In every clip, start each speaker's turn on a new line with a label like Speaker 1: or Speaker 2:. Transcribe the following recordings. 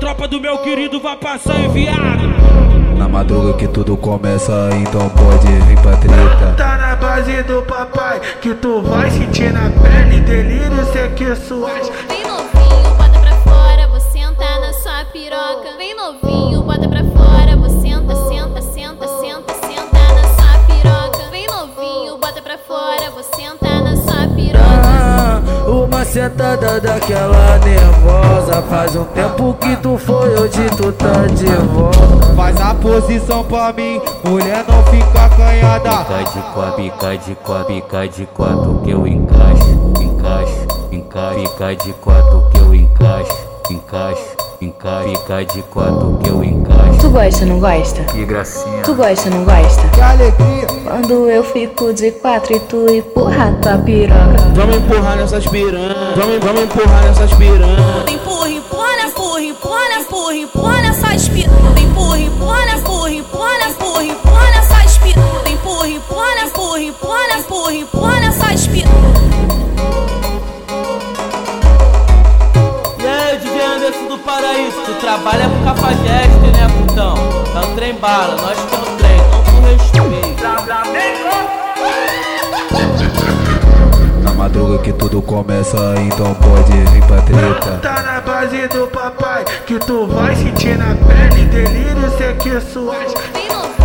Speaker 1: tropa do meu querido vai passar enviado.
Speaker 2: Na madruga que tudo começa, então pode vir pra treta.
Speaker 3: Tá na base do papai, que tu vai sentir na pele delírios sexuais.
Speaker 4: Vem novinho, bota pra fora, vou sentar na sua piroca. Vem novinho, bota pra fora, vou senta, senta, senta, senta, senta na sua piroca. Vem novinho, bota pra fora, vou sentar na sua piroca.
Speaker 5: Ah, uma sentada daquela nervosa. Faz um tempo que tu foi, hoje tu tá de volta.
Speaker 6: Faz a posição pra mim, mulher não fica acanhada.
Speaker 7: Pica de qua, pica de qua, pica de quatro que eu encaixo, encaixo, encaixo. Pica de quatro que eu encaixo, encaixo, encaixo. Pica de quatro que eu encaixo.
Speaker 8: Tu gosta, não gosta?
Speaker 7: Que gracinha.
Speaker 8: Tu gosta, não gosta?
Speaker 6: Que alegria,
Speaker 8: Quando eu fico de quatro e tu empurra tua piroca.
Speaker 9: Vamos empurrar nessas piranhas. Vamos, vamos empurrar nessas piranhas.
Speaker 10: Empurra, empurra, empurra, empurra, empurra, empurra essa espira. Empurra, empurra, empurra, empurra, empurra, empurra essa espira. Empurra, empurra, empurra, empurra, empurra, empurra essa espira.
Speaker 9: E aí, DJ Anderson do Paraíso, tu trabalha com cafajeste, né, putão? É o trem bala, nós que é o trem, então com respeito.
Speaker 2: Na madruga que tudo começa, então pode vir pra treta.
Speaker 3: Tá na base do papai, que tu vai sentir na pele delírios sexuais.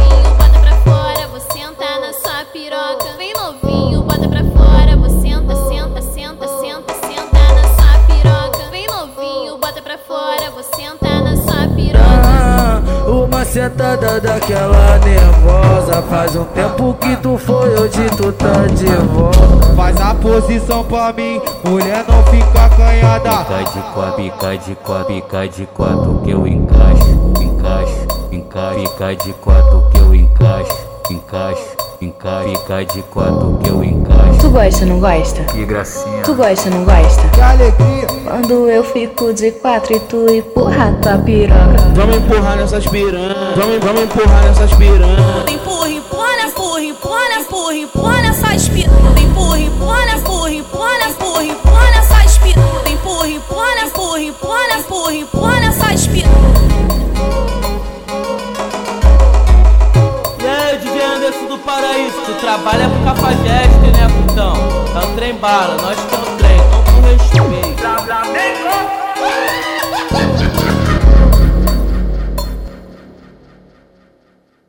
Speaker 4: Vem novinho, bota pra fora, vou sentar na sua piroca. Vem novinho, bota pra fora, vou senta, senta, senta, senta, senta na sua piroca. Vem novinho, bota pra fora, vou sentar na sua piroca.
Speaker 5: Ah, uma sentada daquela nervosa. Faz um tempo que tu foi, hoje tu tá de volta.
Speaker 6: faz a posição pra mim, mulher não fica acanhada.
Speaker 7: Pica de qua, pica de qua, pica de quatro que eu encaixo, encaixo, encaixo. Pica de quatro que eu encaixo, encaixo, encaixo. Pica de quatro que eu
Speaker 8: Tu
Speaker 7: encaixo.
Speaker 8: gosta, não gosta?
Speaker 7: Que gracinha.
Speaker 8: Tu gosta, não gosta?
Speaker 6: Que alegria,
Speaker 8: Quando eu fico de quatro e tu empurra tua piroca.
Speaker 9: Vamos empurrar nessas piranhas. Vamos, vamos empurrar nessas piranhas.
Speaker 10: Empurra, empurra, empurra, empurra, empurra, empurra essa espira. Empurra, empurra, empurra, empurra, empurra, empurra essa espira. Empurra, empurra, empurra, empurra, empurra, empurra essa espira.
Speaker 9: E aí, DJ Anderson do Paraíso, tu trabalha com cafajeste, né, putão? tá É o trem bala, nós que é o trem, então com respeito.
Speaker 3: Flamengo!